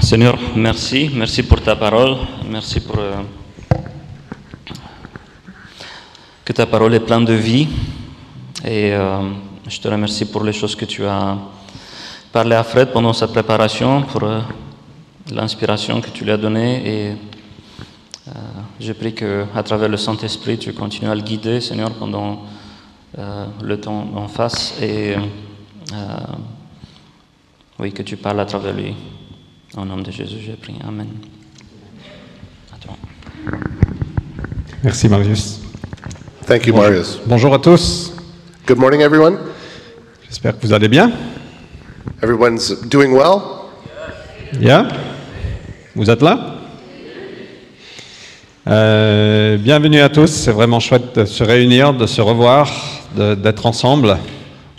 Seigneur, merci. Merci pour ta parole. Merci pour euh, que ta parole est pleine de vie. Et euh, je te remercie pour les choses que tu as parlé à Fred pendant sa préparation, pour euh, l'inspiration que tu lui as donnée. Et euh, je prie que, à travers le Saint-Esprit, tu continues à le guider, Seigneur, pendant euh, le temps en face. Et euh, oui, que tu parles à travers lui. Au nom de Jésus, je prie. Amen. À toi. Merci Marius. Thank you, Marius. Bonjour à tous, Good morning, everyone. j'espère que vous allez bien. Everyone's doing well. Bien Vous êtes là Euh, Bienvenue à tous, c'est vraiment chouette de se réunir, de se revoir, de- d'être ensemble.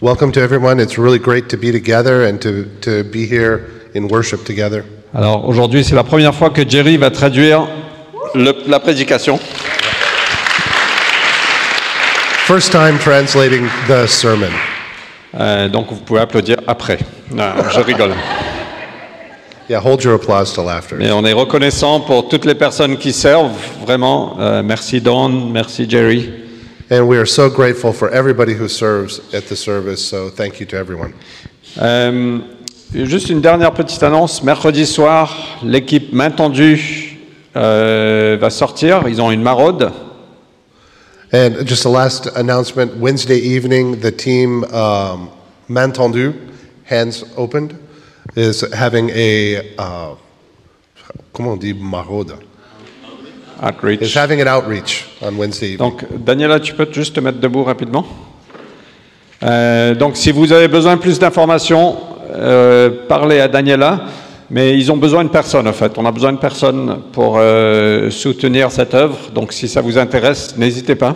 Welcome to everyone. It's really great to be together and to, to be here in worship together. Alors aujourd'hui c'est la première fois que Jerry va traduire le- la prédication. First time translating the sermon. Euh, donc vous pouvez applaudir après. Non, je rigole. Yeah, hold your applause till after. Mais on est reconnaissant pour toutes les personnes qui servent, vraiment. Euh, merci Don, merci Jerry. And we are so grateful for everybody who serves at the service, so thank you to everyone. Euh, juste une dernière petite annonce. Mercredi soir, l'équipe Main Tendue euh, va sortir. Ils ont une maraude. And just a last announcement Wednesday evening, the team um, Main Tendue, Hands Opened, is having a, uh, comment on dit, maraude? is Outreach. having an outreach on Wednesday evening. Donc, Daniela, tu peux juste te mettre debout rapidement. Euh, donc, si vous avez besoin de plus d'informations, euh, parlez à Daniela. Mais ils ont besoin de personne, en fait. On a besoin de personne pour euh, soutenir cette œuvre. Donc, si ça vous intéresse, n'hésitez pas.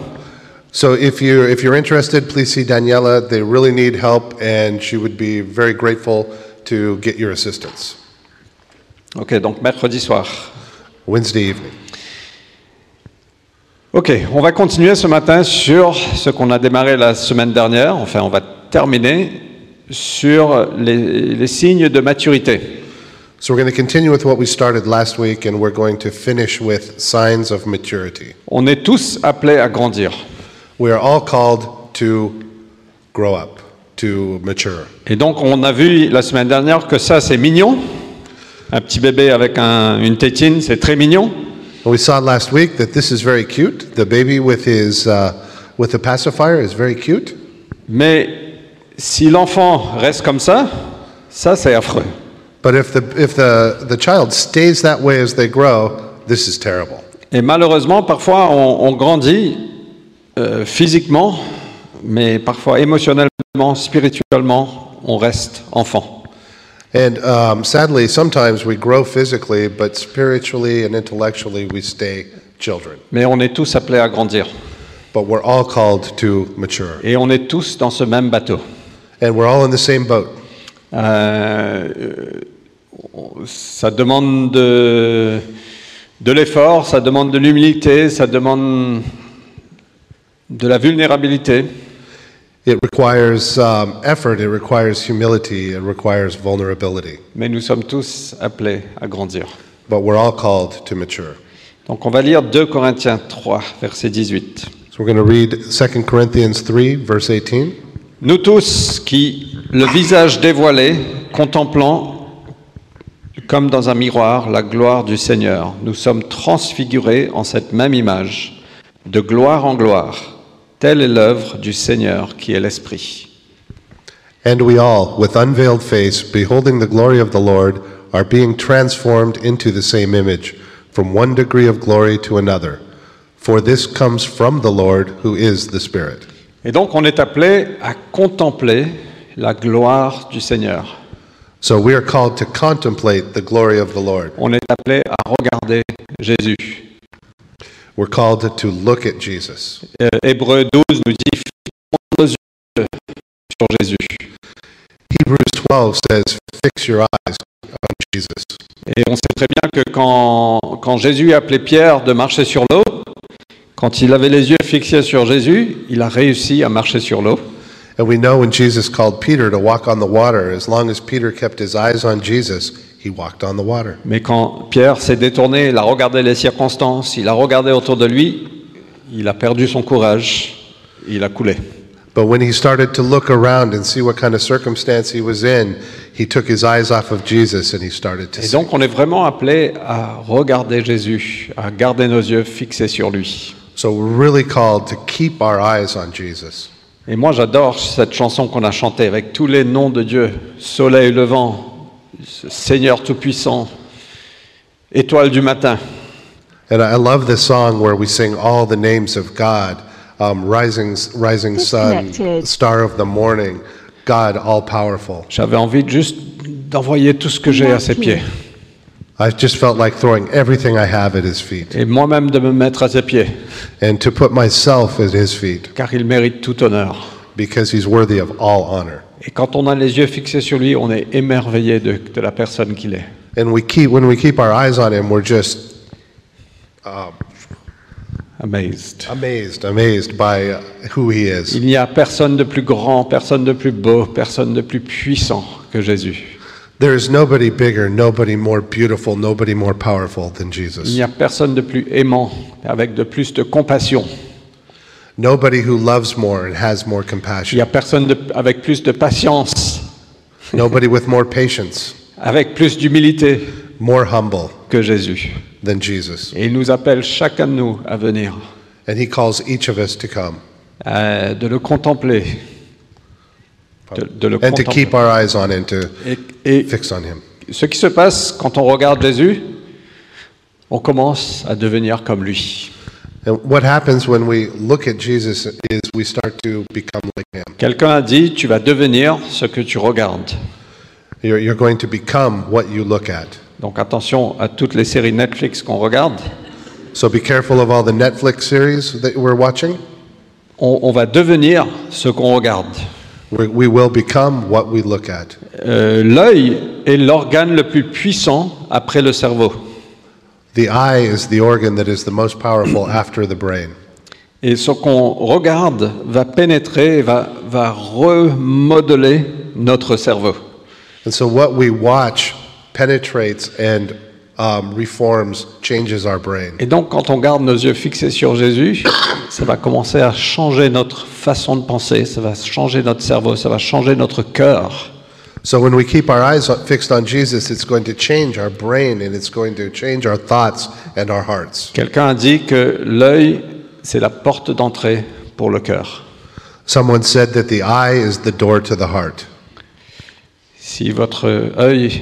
So if you if you're interested, please see Daniela. They really need help, and she would be very grateful to get your assistance. OK, donc mercredi soir. Wednesday evening. Ok, on va continuer ce matin sur ce qu'on a démarré la semaine dernière, enfin on va terminer sur les, les signes de maturité. So we're going to continue with what we started last week, and we're going to finish with signs of maturity. On est tous appelés à grandir. We are all called to grow up, to mature. Et donc on a vu la semaine dernière que ça c'est mignon, un petit bébé avec un- une tétine c'est très mignon, And we saw last week that this is very cute. The baby with his uh, with the pacifier is very cute. mais si l'enfant reste comme ça, ça c'est affreux. But if the, if the, the child stays that way as they grow, this is terrible. Et malheureusement, parfois, on, on grandit euh, physiquement, mais parfois émotionnellement, spirituellement, on reste enfant. And um, sadly, sometimes we grow physically, but spiritually and intellectually, we stay children. Mais on est tous appelés à grandir. But we're all called to mature. Et on est tous dans ce même bateau. And we're all in the same boat. Euh, euh, on- ça demande de, de l'effort, ça demande de l'humilité, ça demande de la vulnérabilité. It requires um, effort, it requires humility, it requires vulnerability. Mais nous sommes tous appelés à grandir. But we're all called to mature. Donc on va lire 2 Corinthiens 3, verset 18. So we're going to read 2 Corinthians 3, verse 18. Nous tous qui, le visage dévoilé, contemplant comme dans un miroir la gloire du Seigneur, nous sommes transfigurés en cette même image, de gloire en gloire. Telle est l'œuvre du Seigneur qui est l'Esprit. And we all, with unveiled face, beholding the glory of the Lord, are being transformed into the same image, from one degree of glory to another. For this comes from the Lord, who is the Spirit. Et donc on est appelé à contempler la gloire du Seigneur. So we are called to contemplate the glory of the Lord. On est appelé à regarder Jésus. We're called to look at Jesus. Euh, Hébreux 12 nous dit, Fixons nos yeux sur Jésus. Hebrews 12 says, Fix your eyes on Jesus. Et on sait très bien que quand, quand Jésus appelait Pierre de marcher sur l'eau, quand il avait les yeux fixés sur Jésus, il a réussi à marcher sur l'eau. And we know when Jesus called Peter to walk on the water, as long as Peter kept his eyes on Jesus, he walked on the water. Mais quand Pierre s'est détourné, il a regardé les circonstances, il a regardé autour de lui, il a perdu son courage, et il a coulé. But when he started to look around and see what kind of circumstance he was in, he took his eyes off of Jesus and he started to Et sink. donc on est vraiment appelé à regarder Jésus, à garder nos yeux fixés sur lui. So we're really called to keep our eyes on Jesus. Et moi j'adore cette chanson qu'on a chantée avec tous les noms de Dieu, soleil levant, Seigneur tout-puissant, étoile du matin. And I love this song where we sing all the names of God um, rising, rising sun, Disconnected. star of the morning, God all powerful. J'avais envie de juste d'envoyer tout ce que j'ai à ses pieds. I just felt like throwing everything I have at his feet Et moi-même de me mettre à ses pieds, and to put myself at his feet car il mérite tout honneur. because he's worthy of all honor. Et quand on a les yeux fixés sur lui, on est émerveillé de, de la personne qu'il est. And we keep, when we keep our eyes on him, we're just Amazed. amazed, amazed by uh, who he is. Il n'y a personne de plus grand, personne de plus beau, personne de plus puissant que Jésus. There is nobody bigger, nobody more beautiful, nobody more powerful than Il Jesus. n'y a personne de plus aimant, avec de plus de compassion. Nobody who loves more and has more Il n'y a compassion. personne de- avec plus de patience, Nobody with more patience, avec plus d'humilité more humble que Jésus. than Jesus. Et il nous appelle chacun de nous à venir, And he calls each of us to come euh, de le contempler, de, de le and to contempler. keep our eyes on and to Et- et fix on him. Ce qui se passe quand on regarde Jésus, on commence à devenir comme lui. And what happens when we look at Jesus is we start to become like him. Quelqu'un a dit, tu vas devenir ce que tu regardes. You're, you're going to become what you look at. Donc attention à toutes les séries Netflix qu'on regarde. So be careful of all the Netflix series that we're watching. On, on va devenir ce qu'on regarde. We, we will become what we look at. Euh, L'œil est l'organe le plus puissant après le cerveau. The eye is the organ that is the most powerful after the brain. Et ce qu'on regarde va pénétrer, va, va remodeler notre cerveau. And so what we watch penetrates and um, reforms, changes our brain. Et donc, quand on garde nos yeux fixés sur Jésus, ça va commencer à changer notre façon de penser, ça va changer notre cerveau, ça va changer notre cœur. So when we keep our eyes on- fixed on Jesus, it's going to change our brain and it's going to change our thoughts and our hearts. Quelqu'un a dit que l'œil, c'est la porte d'entrée pour le cœur. Someone said that the eye is the door to the heart. Si votre œil...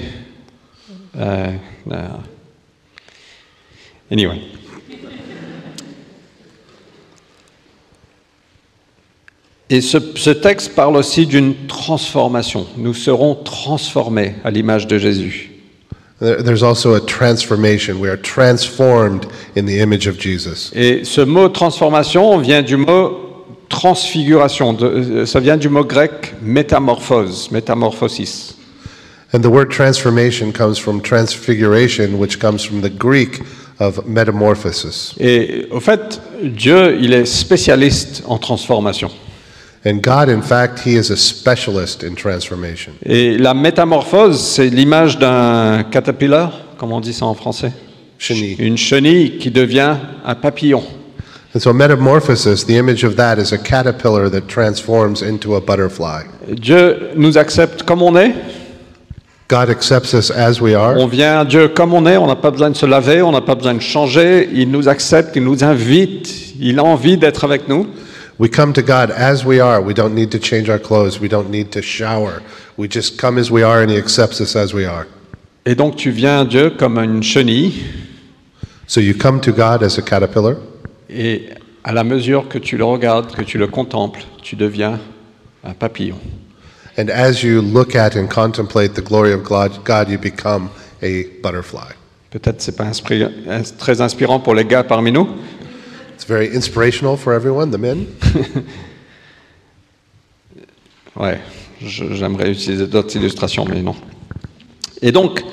euh, euh, anyway. Et ce, ce texte parle aussi d'une transformation. Nous serons transformés à l'image de Jésus. There- There's also a transformation. We are transformed in the image of Jesus. Et ce mot transformation vient du mot transfiguration. de- euh, ça vient du mot grec métamorphose, métamorphosis. And the word transformation comes from transfiguration, which comes from the Greek of metamorphosis. Et au fait, Dieu, il est spécialiste en transformation. And God, in fact, He is a specialist in transformation. Et la métamorphose, c'est l'image d'un caterpillar, comment on dit ça en français Chenille. Une chenille qui devient un papillon. And so, metamorphosis, the image of that is a caterpillar that transforms into a butterfly. Dieu nous accepte comme on est. God accepts us as we On are. vient à Dieu comme on est, on n'a pas besoin de se laver, on n'a pas besoin de changer. Il nous accepte, il nous invite, il a envie d'être avec nous. We come to God as we are. We don't need to change our clothes. We don't need to shower. We just come as we are, and He accepts us as we are. Et donc tu viens à Dieu comme une chenille, So, you come to God as a caterpillar, et à la mesure que tu le regardes, que tu le contemples, tu deviens un papillon. and as you look at and contemplate the glory of God, God, you become a butterfly. Peut-être c'est pas inspiré- ins- très inspirant pour les gars parmi nous, It's very inspirational for everyone, the men. Ouais, je- j'aimerais utiliser d'autres illustrations, mais non. Et donc,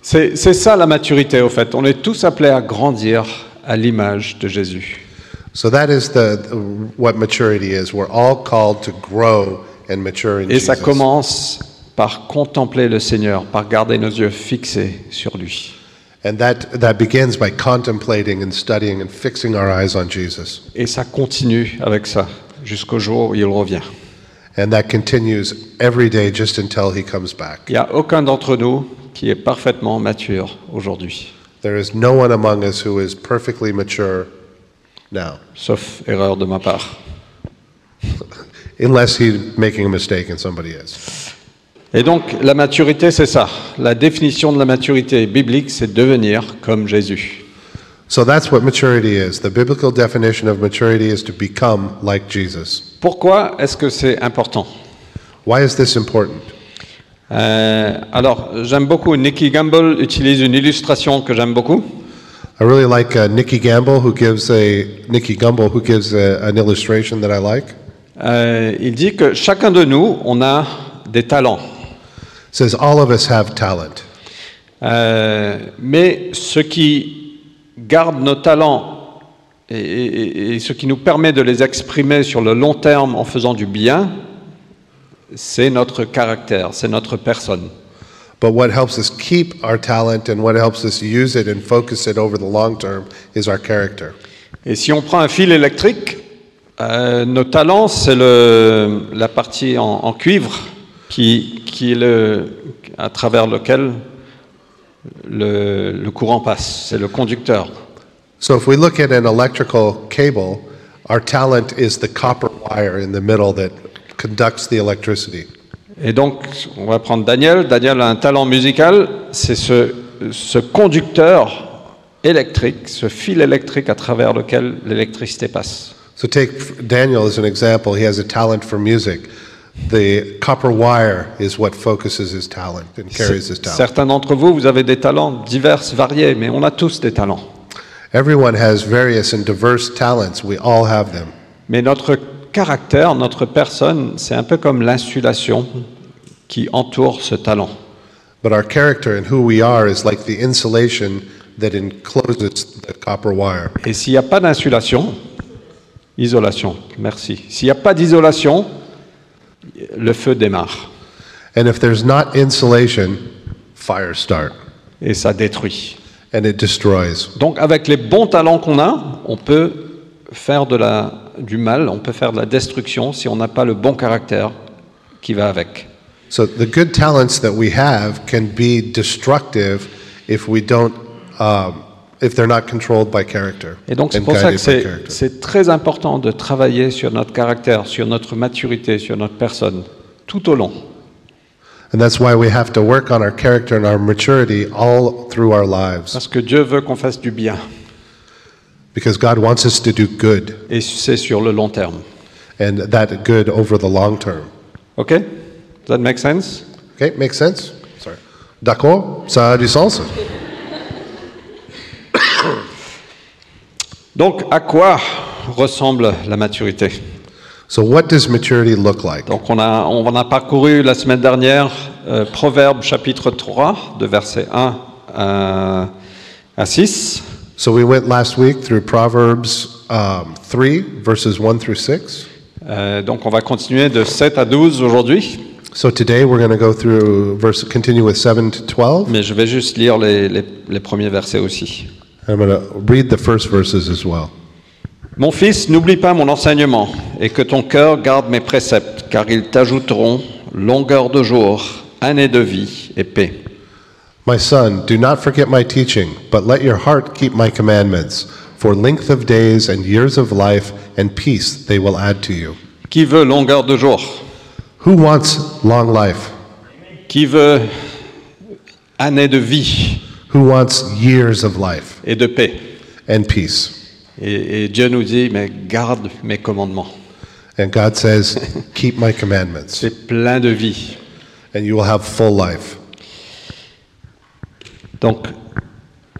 c'est c'est ça la maturité, au fait. On est tous appelés à grandir à l'image de Jésus. So that is the what maturity is. We're all called to grow and mature in Et ça Jesus. commence par contempler le Seigneur, par garder nos yeux fixés sur lui. And that, that begins by contemplating and studying and fixing our eyes on Jesus. Et ça continue avec ça, jusqu'au jour où il revient. And that continues every day just until he comes back. Il n'y a aucun d'entre nous qui est parfaitement mature aujourd'hui, There is no one among us who is perfectly mature now, sauf erreur de ma part. unless he's making a mistake and somebody is. Et donc la maturité, c'est ça. La définition de la maturité biblique, c'est devenir comme Jésus. So that's what maturity is. The biblical definition of maturity is to become like Jesus. Pourquoi est-ce que c'est important Why is this important? Euh, Alors, j'aime beaucoup, Nicky Gamble utilise une illustration que j'aime beaucoup. I really like uh, Nikki Gamble, who gives a Nikki Gumbel, who gives a, an illustration that I like. Euh, il dit que chacun de nous, on a des talents. says all of us have talent, Euh, mais ce qui garde nos talents et, et- et ce qui nous permet de les exprimer sur le long terme en faisant du bien, c'est notre caractère, c'est notre personne. but what helps us keep our talent and what helps us use it and focus it over the long term is our character. Et si on prend un fil électrique, euh, nos talents, c'est le- la partie en, en cuivre qui, qui est le, à travers lequel le, le courant passe, c'est le conducteur. So if we look at an electrical cable, our talent is the copper wire in the middle that conducts the electricity. Et donc, on va prendre Daniel. Daniel a un talent musical, c'est ce, ce conducteur électrique, ce fil électrique à travers lequel l'électricité passe. So take Daniel as an example. He has a talent for music. The copper wire is what focuses his talent and carries his talent. Certains d'entre vous, vous avez des talents divers, variés, mais on a tous des talents. Everyone has various and diverse talents. We all have them. Mais notre caractère, notre personne, c'est un peu comme l'insulation qui entoure ce talent. But our character and who we are is like the insulation that encloses the copper wire. Et s'il n'y a pas d'insulation, isolation, merci. S'il n'y a pas d'isolation, le feu démarre And if there's not insulation, fires start et ça détruit. and it destroys. Donc avec les bons talents qu'on a, on peut faire de la, du mal, on peut faire de la destruction si on n'a pas le bon caractère qui va avec. So the good talents that we have can be destructive if we don't, um, if they're not controlled by character Et donc c'est and pour ça que guided by c'est character. c'est très important de travailler sur notre caractère, sur notre maturité, sur notre personne, tout au long. And that's why we have to work on our character and our maturity all through our lives, Parce que Dieu veut qu'on fasse du bien. because God wants us to do good, Et c'est sur le long terme. and that good over the long term. OK That make sense Okay, makes sense? Sorry. D'accord, ça a du sens. Donc à quoi ressemble la maturité So what does maturity look like? Donc on a, on a parcouru la semaine dernière euh, Proverbe chapitre 3 de verset 1 à, à 6. So we went last week through Proverbs um, 3, verses 1 through 6. Euh, donc on va continuer de 7 à 12 aujourd'hui, So today we're going to go through verse, continue with 7 to 12. mais je vais juste lire les- les- les premiers versets aussi. I'm going to read the first verses as well. Mon fils, n'oublie pas mon enseignement et que ton cœur garde mes préceptes, car ils t'ajouteront longueur de jour, année de vie et paix. My son, do not forget my teaching, but let your heart keep my commandments. For length of days and years of life and peace they will add to you. Qui veut longueur de jour Who wants long life? Qui veut année de vie Who wants years of life et de paix and peace? et, et Dieu nous dit, mais garde mes commandements. And God says, Keep my commandments, C'est plein de vie. and you will have full life. Donc,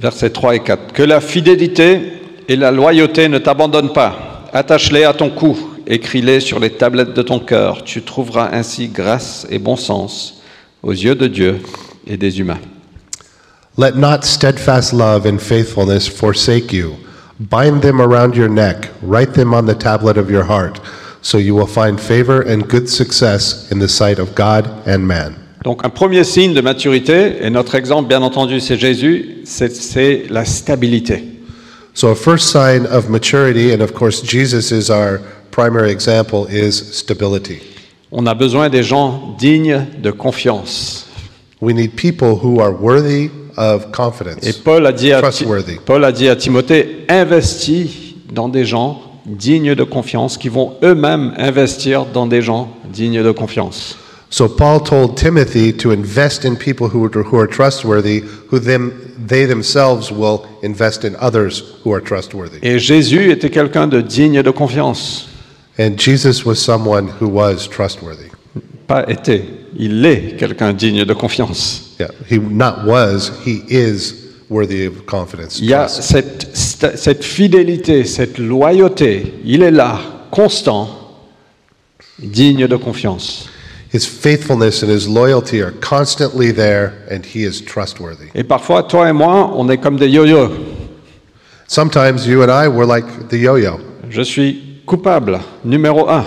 versets 3 et 4. Que la fidélité et la loyauté ne t'abandonnent pas. Attache-les à ton cou, écris-les sur les tablettes de ton cœur. Tu trouveras ainsi grâce et bon sens aux yeux de Dieu et des humains. Let not steadfast love and faithfulness forsake you. Bind them around your neck, write them on the tablet of your heart, so you will find favor and good success in the sight of God and man. Donc un premier signe de maturité, et notre exemple bien entendu c'est Jésus, c'est- c'est la stabilité. So, a first sign of maturity, and of course, Jesus is our primary example, is stability. On a besoin des gens dignes de confiance. We need people who are worthy of Et confidence. Paul a dit à, Ti- Trustworthy. Paul a dit à Timothée, investis dans des gens dignes de confiance, qui vont eux-mêmes investir dans des gens dignes de confiance. So, Paul told Timothy to invest in people who are, who are trustworthy, who them, they themselves will invest in others who are trustworthy. Et Jésus était quelqu'un de digne de confiance. And Jesus was someone who was trustworthy. Pas était, il est quelqu'un digne de confiance. Yeah, he not was, he is worthy of confidence. Il y a trust. cette, sta- cette fidélité, cette loyauté, il est là, constant, digne de confiance. His faithfulness and his loyalty are constantly there, and he is trustworthy. Et parfois, toi et moi, on est comme des yo-yo. Sometimes you and I, we're like the yo yo. Je suis coupable, numéro un.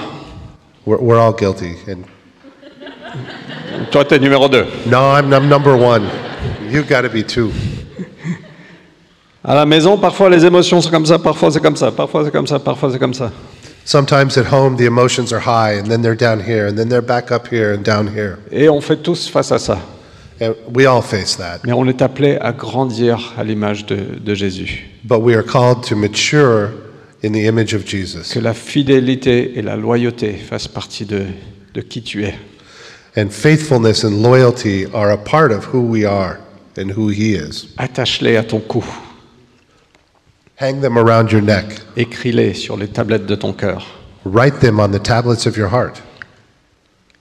We're, we're all guilty. And Toi, t'es numéro deux. no, I'm, I'm number one. You've got to be two. À la maison, parfois les émotions sont comme ça, parfois c'est comme ça, parfois c'est comme ça, parfois c'est comme ça. Sometimes at home, the emotions are high, and then they're down here, and then they're back up here and down here. Et on fait tous face à ça. And we all face that. Mais on est appelé à grandir à l'image de, de Jésus. But we are called to mature in the image of Jesus. Que la fidélité et la loyauté fassent partie de, de qui tu es. And faithfulness and loyalty are a part of who we are and who He is. Attache-les à ton cou. Hang them around your neck, Écris-les sur les tablettes de ton cœur. write them on the tablets of your heart.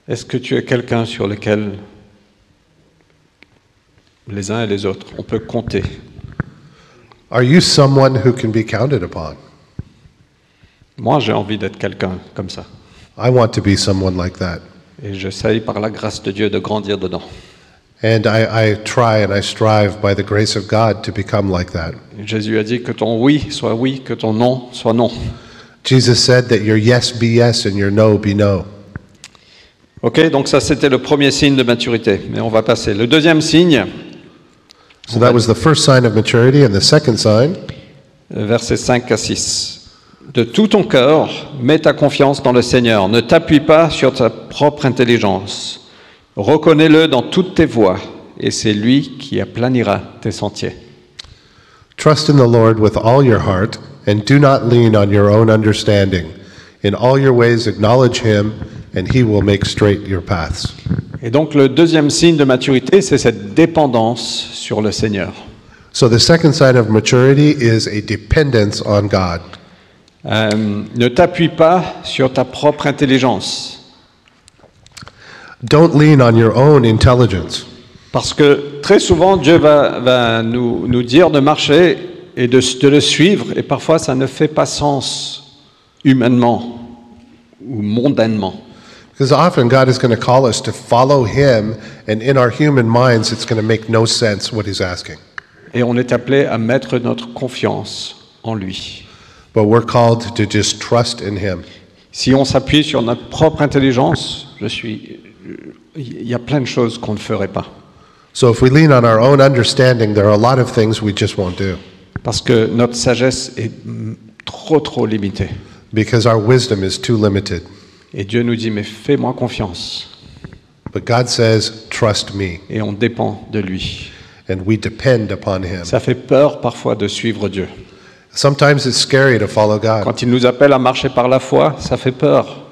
Est-ce que tu es quelqu'un sur lequel les uns et les autres, on peut compter Are you someone who can be counted upon? Moi, j'ai envie d'être quelqu'un comme ça. I want to be someone like that. Et j'essaye par la grâce de Dieu de grandir dedans. And I, I try and I strive by the grace of God to become like that. Jésus a dit que ton oui soit oui, que ton non soit non. Jesus said that your yes be yes and your no be no. Ok, donc ça c'était le premier signe de maturité, mais on va passer. Le deuxième signe, So that was the first sign of maturity. And the second sign euh, versets 5 à 6. De tout ton cœur, mets ta confiance dans le Seigneur. Ne t'appuie pas sur ta propre intelligence. Reconnais-le dans toutes tes voies, et c'est lui qui aplanira tes sentiers. trust in the Lord with all your heart and do not lean on your own understanding. In all your ways acknowledge him, and he will make straight your paths. Et donc le deuxième signe de maturité, c'est cette dépendance sur le Seigneur. So the second sign of maturity is a dependence on God. Euh, ne t'appuie pas sur ta propre intelligence. Don't lean on your own intelligence. Parce que très souvent, Dieu va, va nous, nous dire de marcher et de, s- de le suivre, et parfois ça ne fait pas sens humainement ou mondainement. Because often God is going to call us to follow Him, and in our human minds, it's going to make no sense what He's asking. Et on est appelé à mettre notre confiance en lui. But we're called to just trust in Him. Si on s'appuie sur notre propre intelligence, je suis, il y a plein de choses qu'on ne ferait pas. So if we lean on our own understanding, there are a lot of things we just won't do Parce que notre sagesse est mm, trop, trop limitée. because our wisdom is too limited. Et Dieu nous dit, mais fais-moi confiance. But God says, Trust me, Et on dépend de lui. and we depend upon Him. Ça fait peur parfois de suivre Dieu. Sometimes it's scary to follow God Quand il nous appelle à marcher par la foi, ça fait peur.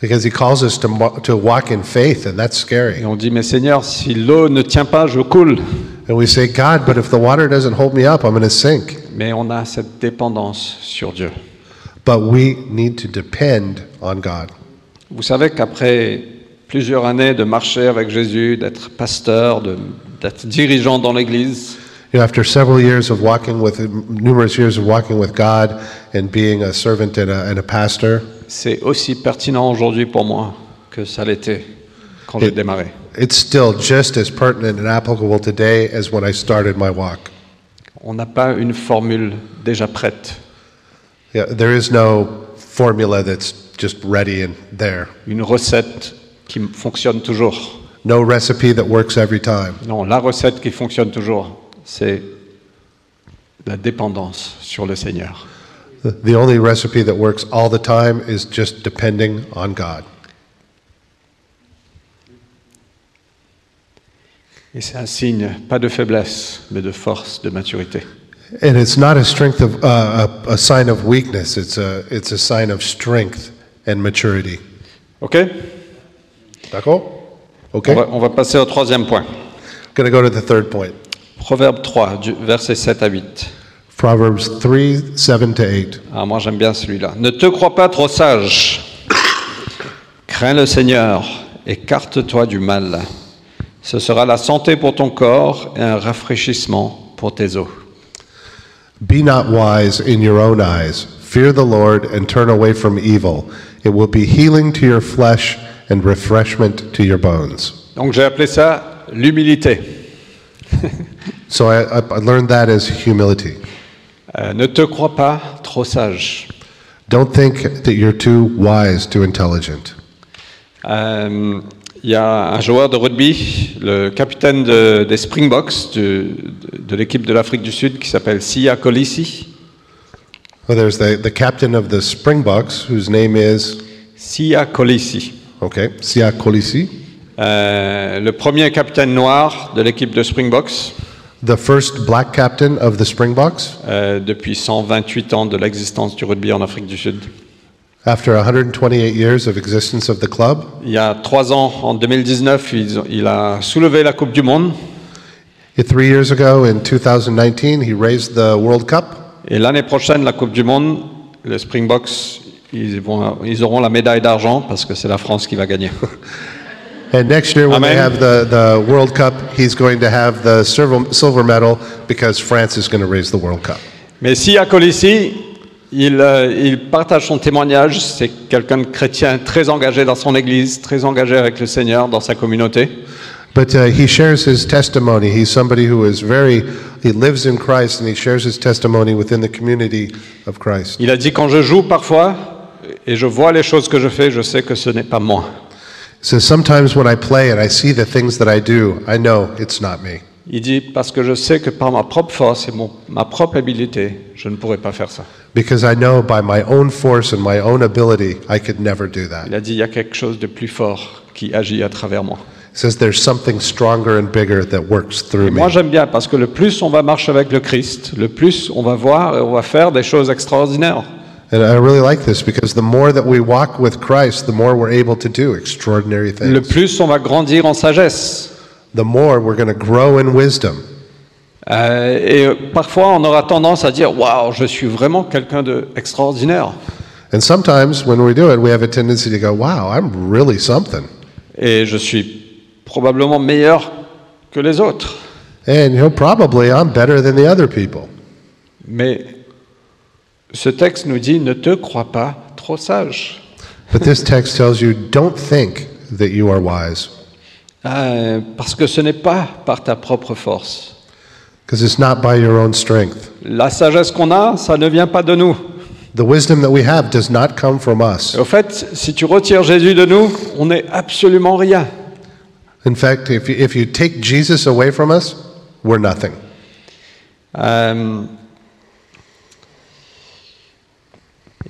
because He calls us to, mo- to walk in faith, and that's Et scary. on dit, mais Seigneur, si l'eau ne tient pas, je coule. And we say, God, but if the water doesn't hold me up, I'm going to sink. Mais on a cette dépendance sur Dieu. But we need to depend on God. Vous savez qu'après plusieurs années de marcher avec Jésus, d'être pasteur, de- d'être dirigeant dans l'Église, You know, after several years of walking with numerous years of walking with God and being a servant and a, and a pastor, c'est aussi pertinent aujourd'hui pour moi que ça l'était quand j'ai Et- démarré. it's still just as pertinent and applicable today as when I started my walk. On n'a pas une formule déjà prête, Yeah, there is no formula that's just ready and there. une recette qui fonctionne toujours. no recipe that works every time. Non, la recette qui fonctionne toujours, c'est la dépendance sur le Seigneur. The- The only recipe that works all the time is just depending on God. Et c'est un signe, pas de faiblesse, mais de force, de maturité. And it's not a strength of uh, a, a sign of weakness. It's a it's a sign of strength and maturity. OK D'accord? on Okay. va, on va passer au troisième point. Going to go to the third point. Proverbe 3, du, versets 7 à 8. Proverbs 3, 7 to 8. Ah, moi j'aime bien celui-là. Ne te crois pas trop sage. Crains le Seigneur, écarte-toi du mal. Ce sera la santé pour ton corps et un rafraîchissement pour tes os. Be not wise in your own eyes. Fear the Lord and turn away from evil. It will be healing to your flesh and refreshment to your bones. Donc j'ai appelé ça l'humilité. So I, I I learned that as humility. Euh, ne te crois pas trop sage. Don't think that you're too wise, too intelligent. Euh, Il y a un joueur de rugby, le capitaine de- des Springboks, du- de, de l'équipe de l'Afrique du Sud, qui s'appelle Sia Kolisi. Well, there's the, the captain of the Springboks, whose name is, Sia Kolisi. okay, Sia Kolisi, Euh, le premier capitaine noir de l'équipe de Springboks the first black captain of the Springboks. euh, depuis 128 ans de l'existence du rugby en Afrique du Sud. After 128 years of existence of the club, Il y a trois ans, en 2019, ils ont- il a soulevé la Coupe du Monde three years ago in 2019, he raised the World Cup. et l'année prochaine, la Coupe du Monde, les Springboks, ils, vont- ils auront la médaille d'argent parce que c'est la France qui va gagner. And next year, when they Amen. have the, the World Cup, he's going to have the silver, silver medal because France is going to raise the World Cup. Mais si à Colissi, il, euh, il partage son témoignage, c'est quelqu'un de chrétien très engagé dans son église, très engagé avec le Seigneur, dans sa communauté. But uh, he shares his testimony. He's somebody who is very, he lives in Christ and he shares his testimony within the community of Christ. Il a dit quand je joue parfois et je vois les choses que je fais, je sais que ce n'est pas moi. So sometimes when I play and I see the things that I do, I know it's not me. Il dit parce que je sais que par ma propre force et mon, ma propre habileté, je ne pourrais pas faire ça. Because I know by my own force and my own ability, I could never do that. Il a dit il y a quelque chose de plus fort qui agit à travers moi. It says there's something stronger and bigger that works through Moi me. j'aime bien parce que le plus on va marcher avec le Christ, le plus on va voir et on va faire des choses extraordinaires. And I really like this because the more that we walk with Christ, the more we're able to do extraordinary Le things. plus on va grandir en sagesse. The more we're going to grow in wisdom. Euh, et euh, parfois on aura tendance à dire waouh, je suis vraiment quelqu'un d'extraordinaire. And sometimes when we do it, we have a tendency to go, wow, I'm really something. Et je suis probablement meilleur que les autres. And you know, probably I'm better than the other people. Mais ce texte nous dit ne te crois pas trop sage. But this text tells you don't think that you are wise Euh, parce que ce n'est pas par ta propre force. because it's not by your own strength. La sagesse qu'on a, ça ne vient pas de nous. The wisdom that we have does not come from us. Au fait, si tu retires Jésus de nous, on n'est absolument rien. In fact, if you, if you take Jesus away from us, we're nothing. Euh,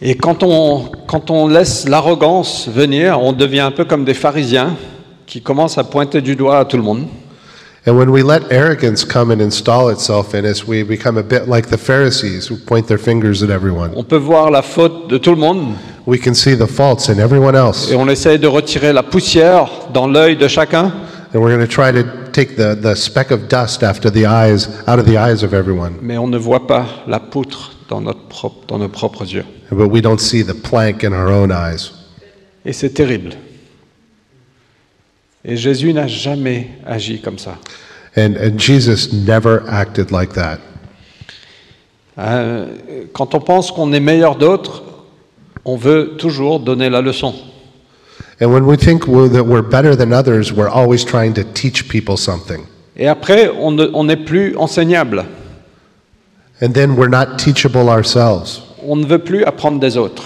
et quand on, quand on laisse l'arrogance venir, on devient un peu comme des pharisiens qui commencent à pointer du doigt à tout le monde. And when we let arrogance come and install itself in us, we become a bit like the Pharisees who point their fingers at everyone. On peut voir la faute de tout le monde, We can see the faults in everyone else, Et on essaye de retirer la poussière dans l'œil de chacun. and we're going to try to take the, the speck of dust after the eyes out of the eyes of everyone, Mais on ne voit pas la poutre dans, notre propre, dans nos propres yeux. but we don't see the plank in our own eyes. Et c'est terrible. Et Jésus n'a jamais agi comme ça. And, and Jesus never acted like that. Euh, quand on pense qu'on est meilleur d'autres, on veut toujours donner la leçon. And when we think we're, that we're better than others, we're always trying to teach people something. Et après, on ne- on n'est plus enseignable. And then we're not teachable ourselves. On ne veut plus apprendre des autres.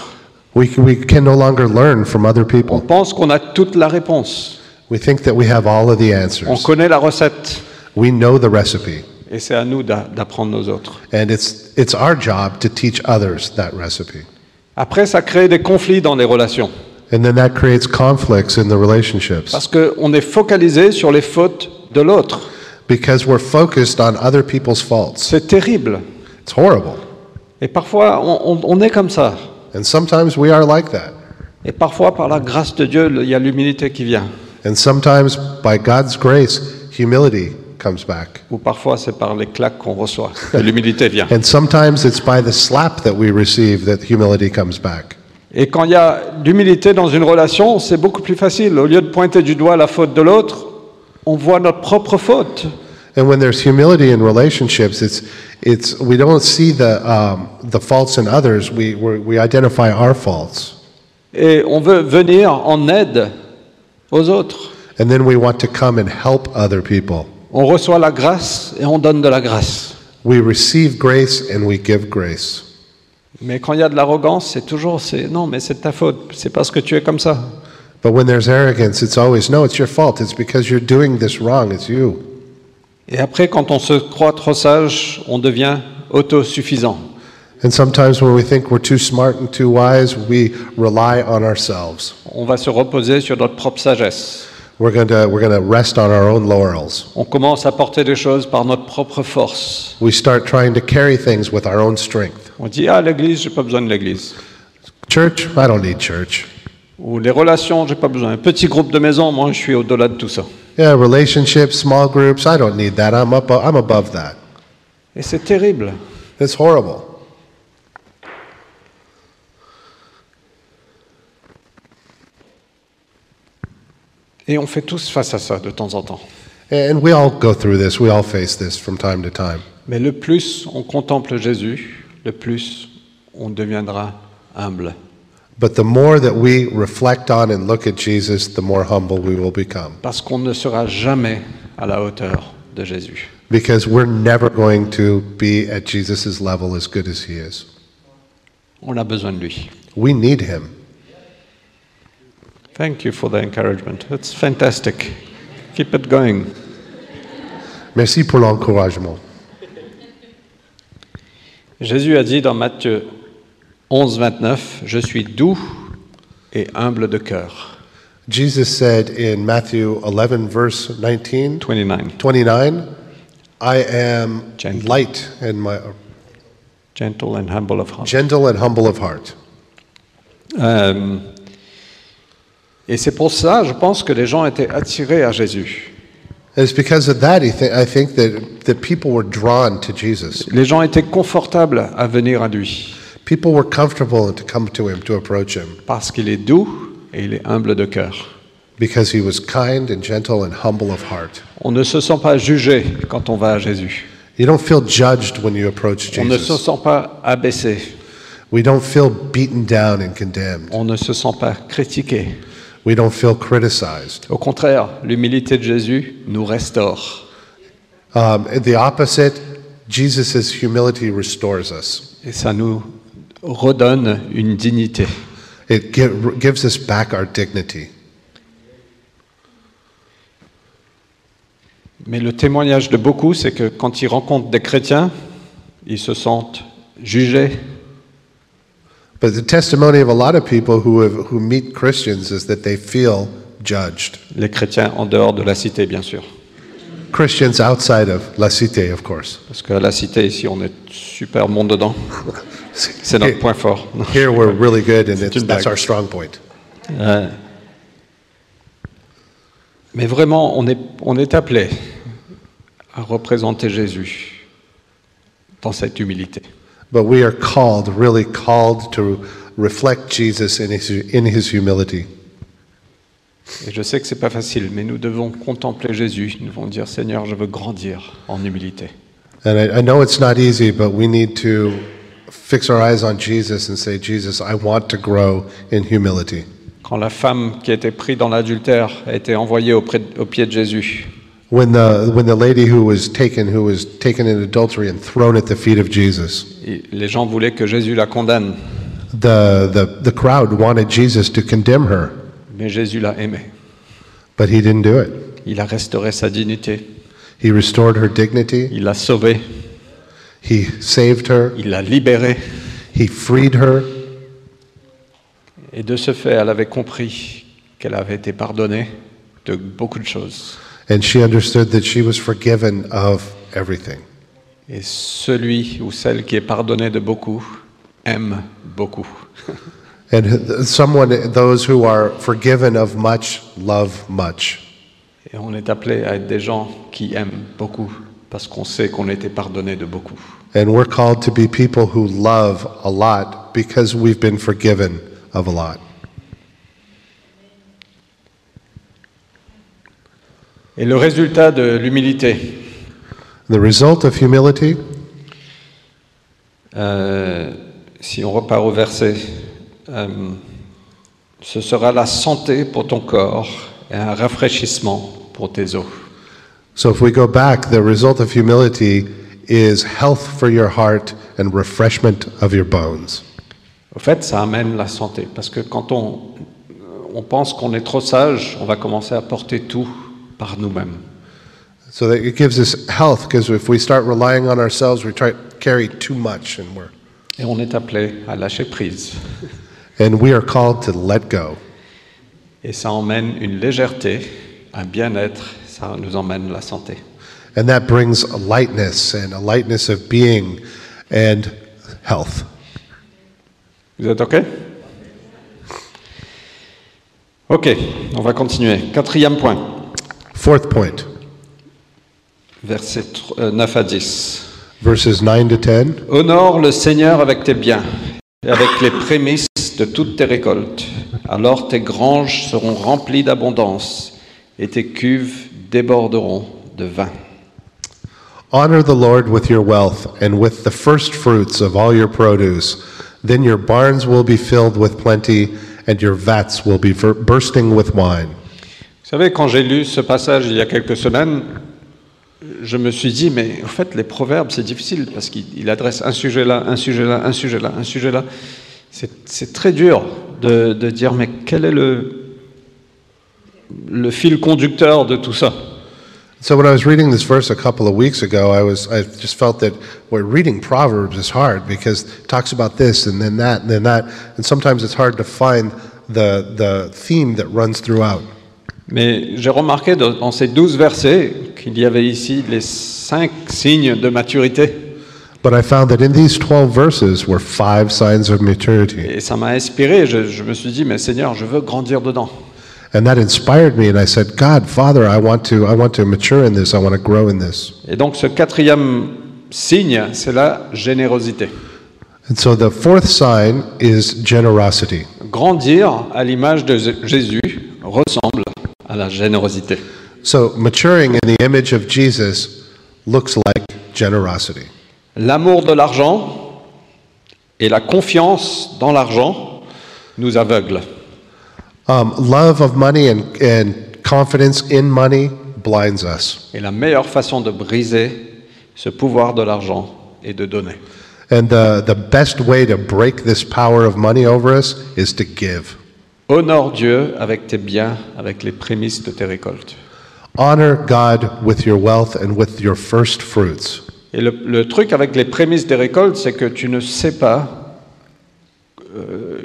We can, we can no longer learn from other On people. pense qu'on a toute la réponse. We think that we have all of the On answers. connaît la recette We know the recipe, et c'est à nous d'a- d'apprendre nos autres. and it's, it's our job to teach others that recipe. Après, ça crée des conflits dans les relations And then that creates conflicts in the relationships parce qu'on est focalisé sur les fautes de l'autre. because we're focused on other people's faults. C'est terrible. It's horrible. Et parfois, on, on- on est comme ça. And sometimes we are like that. Et parfois, par la grâce de Dieu, le- il y a l'humilité qui vient. And sometimes by God's grace, humility comes back. Ou parfois, c'est par les claques qu'on reçoit. que L'humilité vient. And sometimes it's by the slap that we receive that humility comes back. Et quand il y a d'humilité dans une relation, c'est beaucoup plus facile. Au lieu de pointer du doigt la faute de l'autre, on voit notre propre faute. And when there's humility in relationships, it's, it's, we don't see the, um, the faults in others, we, we we identify our faults. Et on veut venir en aide aux autres. And then we want to come and help other people. On reçoit la grâce et on donne de la grâce. We receive grace and we give grace. Mais quand il y a de l'arrogance, c'est toujours c'est non, mais c'est de ta faute. C'est parce que tu es comme ça. But when there's arrogance, it's always, no, it's your fault. It's because you're doing this wrong. It's you. Et après, quand on se croit trop sage, on devient autosuffisant. And sometimes when we think we're too smart and too wise, we rely on ourselves. On va se reposer sur notre propre sagesse. We're going to, we're going to rest on our own laurels. On commence à porter des choses par notre propre force. We start trying to carry things with our own strength. On dit ah l'Église, j'ai pas besoin de l'Église. Church, I don't need church. Ou les relations, j'ai pas besoin. Un petit groupe de maison, moi je suis au-delà de tout ça. Yeah, relationships, small groups, I don't need that. I'm, up, I'm above that. Et c'est terrible. It's horrible. Et on fait tous face à ça de temps en temps. And we all go through this. We all face this from time to time. Mais le plus on contemple Jésus, le plus on deviendra humble. But the more that we reflect on and look at Jesus, the more humble we will become. Parce qu'on ne sera jamais à la hauteur de Jésus. Because we're never going to be at Jesus' level as good as he is. On a besoin de lui. We need him. Thank you for the encouragement. It's fantastic. Keep it going. Merci pour l'encouragement. Jésus a dit dans Matthieu 11, 29, Je suis doux et humble de cœur. Jesus said in Matthew 11, verse 19, 29. 29, I am Gentle. light and my, Gentle and humble of heart. gentle and humble of heart. Euh, et c'est pour ça, je pense, que les gens étaient attirés à Jésus. And it's because of that, he thi- I think that, that people were drawn to Jesus. Les gens étaient confortables à venir à lui People were comfortable to come to him, to approach him, parce qu'il est doux et il est humble de cœur. because he was kind and gentle and humble of heart. On ne se sent pas jugé quand on va à Jésus. You don't feel judged when you approach On ne se Jesus. sent pas abaissé. We don't feel beaten down and condemned. On ne se sent pas critiqué. We don't feel criticized. Au contraire, l'humilité de Jésus nous restaure. Um, the opposite, Jesus' humility restores us. Et ça nous redonne une dignité. It gi- gives us back our dignity. Mais le témoignage de beaucoup, c'est que quand ils rencontrent des chrétiens, ils se sentent jugés, But the testimony of a lot of people who, have, who meet Christians is that they feel judged. les chrétiens en dehors de la cité, bien sûr. Christians outside of La Cité, of course. Parce que la cité, ici, on est super bon dedans. C'est notre point fort. Here we're really good, and it's, une that's blague. our strong point. Euh, Mais vraiment, on est, on est appelé à représenter Jésus dans cette humilité. But we are called, really called, to reflect Jesus in his, in his humility. Et je sais que c'est pas facile, mais nous devons contempler Jésus. Nous devons dire Seigneur, je veux grandir en humilité. And I, I know it's not easy, but we need to fix our eyes on Jesus and say, Jesus, I want to grow in humility. Quand la femme qui a été prise dans l'adultère a été envoyée auprès de- au pied de Jésus, When the, when the lady who was taken, who was taken in adultery and thrown at the feet of Jesus, et les gens voulaient que Jésus la condamne, the, the, the crowd wanted Jesus to condemn her, mais Jésus l'a aimée. But he didn't do it. Il a restauré sa dignité. He restored her dignity, Il l'a sauvée. he saved her, Il l'a libérée. he freed her, Et de ce fait, elle avait compris qu'elle avait été pardonnée de beaucoup de choses. and she understood that she was forgiven of everything. Et celui ou celle qui est pardonné de beaucoup aime beaucoup. And someone, those who are forgiven of much love much. Et on est appelé à être des gens qui aiment beaucoup parce qu'on sait qu'on a été pardonné de beaucoup. And we're called to be people who love a lot because we've been forgiven of a lot. Et le résultat de l'humilité, The result of humility, euh, si on repart au verset, euh, ce sera la santé pour ton corps et un rafraîchissement pour tes os. so if we go back, the result of humility is health for your heart and refreshment of your bones. Au fait, ça amène la santé, parce que quand on, on pense qu'on est trop sage, on va commencer à porter tout par nous-mêmes. So that it gives us health because if we start relying on ourselves, we try carry too much and we're Et on est appelé à lâcher prise. and we are called to let go. Et ça emmène une légèreté, un bien-être, ça nous emmène la santé. And that brings a lightness and a lightness of being and health. Vous êtes OK OK, on va continuer. Quatrième point, Fourth point, versets tr- euh, 9 à 10. verses 9 to 10. Honore le Seigneur avec tes biens et avec les prémices de toutes tes récoltes. Alors tes granges seront remplies d'abondance et tes cuves déborderont de vin. Honor the Lord with your wealth and with the first fruits of all your produce. Then your barns will be filled with plenty, and your vats will be ver- bursting with wine. Vous savez, quand j'ai lu ce passage il y a quelques semaines, je me suis dit, mais en fait, les proverbes, c'est difficile parce qu'il il adresse un sujet là, un sujet là, un sujet là, un sujet là. C'est c'est très dur de, de dire, mais quel est le, le fil conducteur de tout ça So when I was reading this verse a couple of weeks ago, I was I just felt that well, reading Proverbs is hard because it talks about this and then that and then that, and sometimes it's hard to find the the theme that runs throughout. Mais j'ai remarqué dans dans ces douze versets qu'il y avait ici les cinq signes de maturité. But I found that in these twelve verses were five signs of maturity, Et ça m'a inspiré. Je, je me suis dit, mais Seigneur, je veux grandir dedans. and that inspired me. And I said, God, Father, I want to I want to mature in this. I want to grow in this. Et donc ce quatrième signe, c'est la générosité. And so the fourth sign is generosity. Grandir à l'image de Zé- Jésus ressemble à la générosité. So maturing in the image of Jesus looks like generosity. L'amour de l'argent et la confiance dans l'argent nous aveuglent. Um, love of money and, and confidence in money blinds us. Et la meilleure façon de briser ce pouvoir de l'argent est de donner. And the, the best way to break this power of money over us is to give. Honore Dieu avec tes biens, avec les prémices de tes récoltes. Honor God with your wealth and with your first fruits. Et le, le truc avec les prémices des récoltes, c'est que tu ne sais pas euh,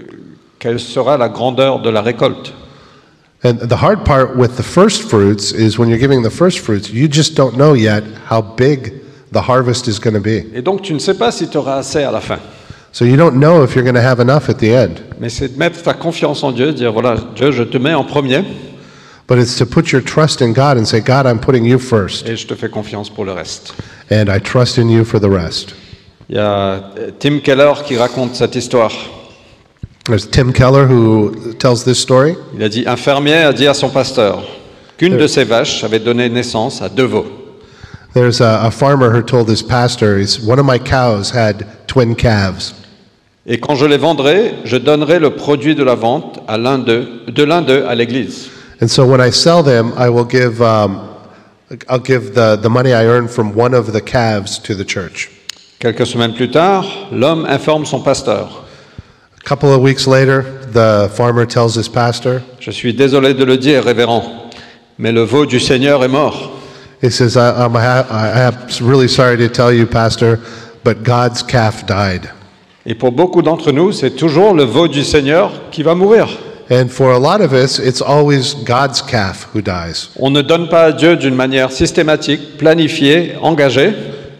quelle sera la grandeur de la récolte. And the hard part with the first fruits is when you're giving the first fruits, you just don't know yet how big the harvest is going to be. Et donc tu ne sais pas si tu auras assez à la fin. So you don't know if you're going to have enough at the end. Mais c'est de mettre ta confiance en Dieu, dire voilà, Dieu, je te mets en premier But it's to put your trust in God and say, God, I'm putting you first, et je te fais confiance pour le reste. and I trust in you for the rest. Il y a euh, Tim Keller qui raconte cette histoire. There's Tim Keller who tells this story. Il a dit, un fermier a dit à son pasteur qu'une de ses vaches avait donné naissance à deux veaux. There's a, a farmer who told his pastor, he's, one of my cows had twin calves, Et quand je les vendrai, je donnerai le produit de la vente à l'un d'eux, de l'un d'eux à l'église. and so when I sell them, I will give, um, I'll give the, the money I earn from one of the calves to the church. Quelques semaines plus tard, l'homme informe son pasteur. A couple of weeks later, the farmer tells his pastor, Je suis désolé de le dire, révérend, Mais le veau du Seigneur est mort. He says, I, I'm, ha- I am really sorry to tell you, Pastor, but God's calf died. Et pour beaucoup d'entre nous, c'est toujours le veau du Seigneur qui va mourir. And for a lot of us, it's always God's calf who dies. On ne donne pas à Dieu d'une manière systématique, planifiée, engagée.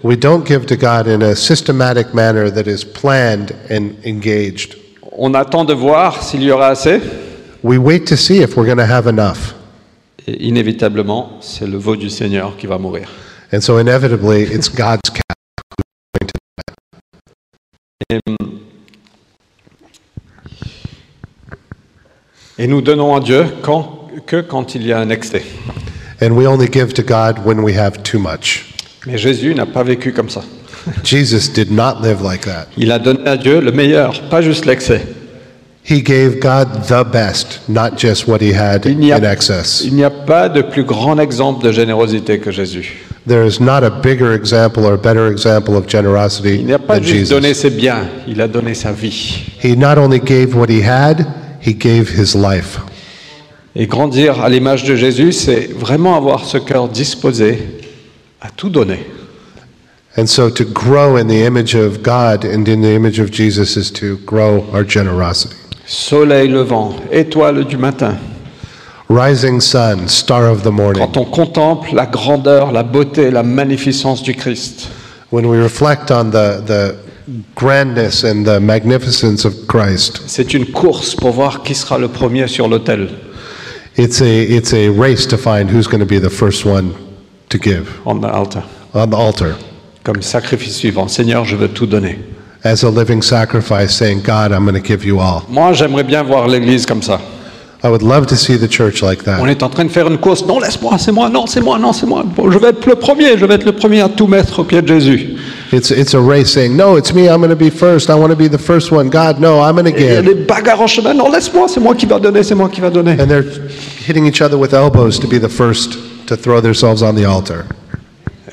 We don't give to God in a systematic manner that is planned and engaged. On attend de voir s'il y aura assez. We wait to see if we're going to have enough. Et inévitablement, c'est le veau du Seigneur qui va mourir. And so inevitably, it's God's calf. Et nous donnons à Dieu quand- que quand il y a un excès. And we only give to God when we have too much. Mais Jésus n'a pas vécu comme ça. Jesus did not live like that. Il a donné à Dieu le meilleur, pas juste l'excès. He gave God the best, not just what he had Il n'y a, in excess. il n'y a pas de plus grand exemple de générosité que Jésus. There is not a bigger example or better example of generosity Il n'a pas than juste donné Jesus. ses biens, il a donné sa vie. He not only gave what he had, he gave his life. Et grandir à l'image de Jésus, c'est vraiment avoir ce cœur disposé à tout donner. And so to grow in the image of God and in the image of Jesus is to grow our generosity. Soleil levant, étoile du matin. Rising sun, star of the morning. Quand on contemple la grandeur, la beauté, la magnificence du Christ, When we reflect on the, the grandness and the magnificence of Christ, c'est une course pour voir qui sera le premier sur l'autel. it's a, it's a race to find who's going to be the first one to give On the altar. on the altar Comme sacrifice suivant, Seigneur, je veux tout donner. as a living sacrifice, saying, God, I'm going to give you all. Moi, j'aimerais bien voir l'Église comme ça. I would love to see the church like On that. est en train de faire une course. Non, laisse-moi, c'est moi, non, c'est moi, non, c'est moi. Bon, je vais être le premier, je vais être le premier à tout mettre au pied de Jésus. It's, it's a race saying, No, it's me, I'm going to be first. I want to be the first one. God, no, I'm going to Il y a give. des bagarres en chemin. Non, laisse-moi, c'est moi qui va donner, c'est moi qui va donner. And they're hitting each other with elbows to be the first to throw themselves on the altar.